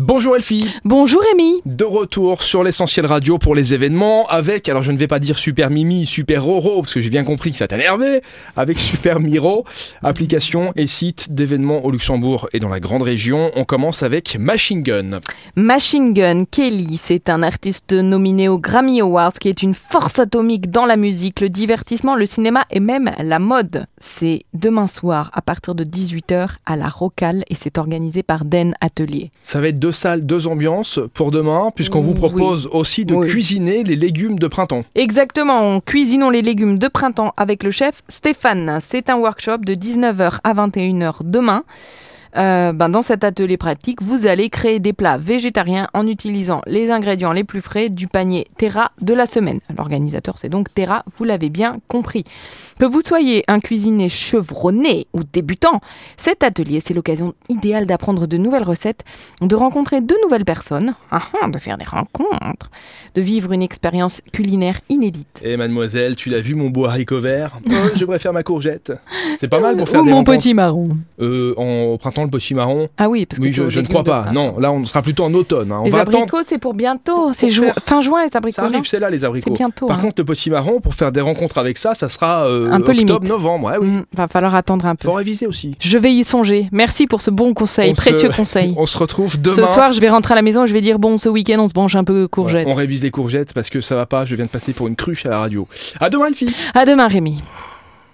Bonjour Elfie, Bonjour Rémi. de retour sur l'essentiel radio pour les événements avec, alors je ne vais pas dire Super Mimi, Super Roro, parce que j'ai bien compris que ça t'énervait, avec Super Miro, application et site d'événements au Luxembourg et dans la grande région. On commence avec Machine Gun. Machine Gun Kelly, c'est un artiste nominé aux Grammy Awards qui est une force atomique dans la musique, le divertissement, le cinéma et même la mode. C'est demain soir à partir de 18h à la Rocale et c'est organisé par Den Atelier. Ça va être deux salles, deux ambiances pour demain, puisqu'on vous Oui. propose aussi de Oui. cuisiner les légumes de printemps. Exactement, on cuisinons les légumes de printemps avec le chef Stéphane. C'est un workshop de 19h à 21h demain. Euh, ben, dans cet atelier pratique, vous allez créer des plats végétariens en utilisant les ingrédients les plus frais du panier Terra de la semaine. L'organisateur, c'est donc Terra, vous l'avez bien compris. Que vous soyez un cuisinier chevronné ou débutant, cet atelier, c'est l'occasion idéale d'apprendre de nouvelles recettes, de rencontrer de nouvelles personnes, ah, ah, de faire des rencontres, de vivre une expérience culinaire inédite. Eh mademoiselle, tu l'as vu mon beau haricot vert Euh, Je préfère ma courgette. C'est pas mal pour faire Ou des Euh, Oh, mon rencontres. petit marron. Euh, en- au printemps, le petit marron. Ah oui, parce que Oui, t'es je, aux je ne légumes crois de pas. printemps. Non, là, on sera plutôt en automne. hein. On les va abricots, attendre. c'est pour bientôt. Oh, C'est ju- faire- fin juin, les abricots. Ça non arrive, c'est là les c'est abricots. bientôt. Par hein. contre, le petit marron, pour faire des rencontres avec ça, ça sera euh, Un peu limite. octobre, novembre. Il Mm, va falloir attendre un peu. Faut réviser aussi. Je vais y songer. Merci pour ce bon conseil, On se- précieux conseil. On se retrouve demain. Ce soir, je vais rentrer à la maison et je vais dire bon, ce week-end, on se branche un peu Ouais, courgette. on révise les courgettes parce que ça va pas. Je viens de passer pour une cruche à la radio. À demain, Elfie. À demain, Rémi.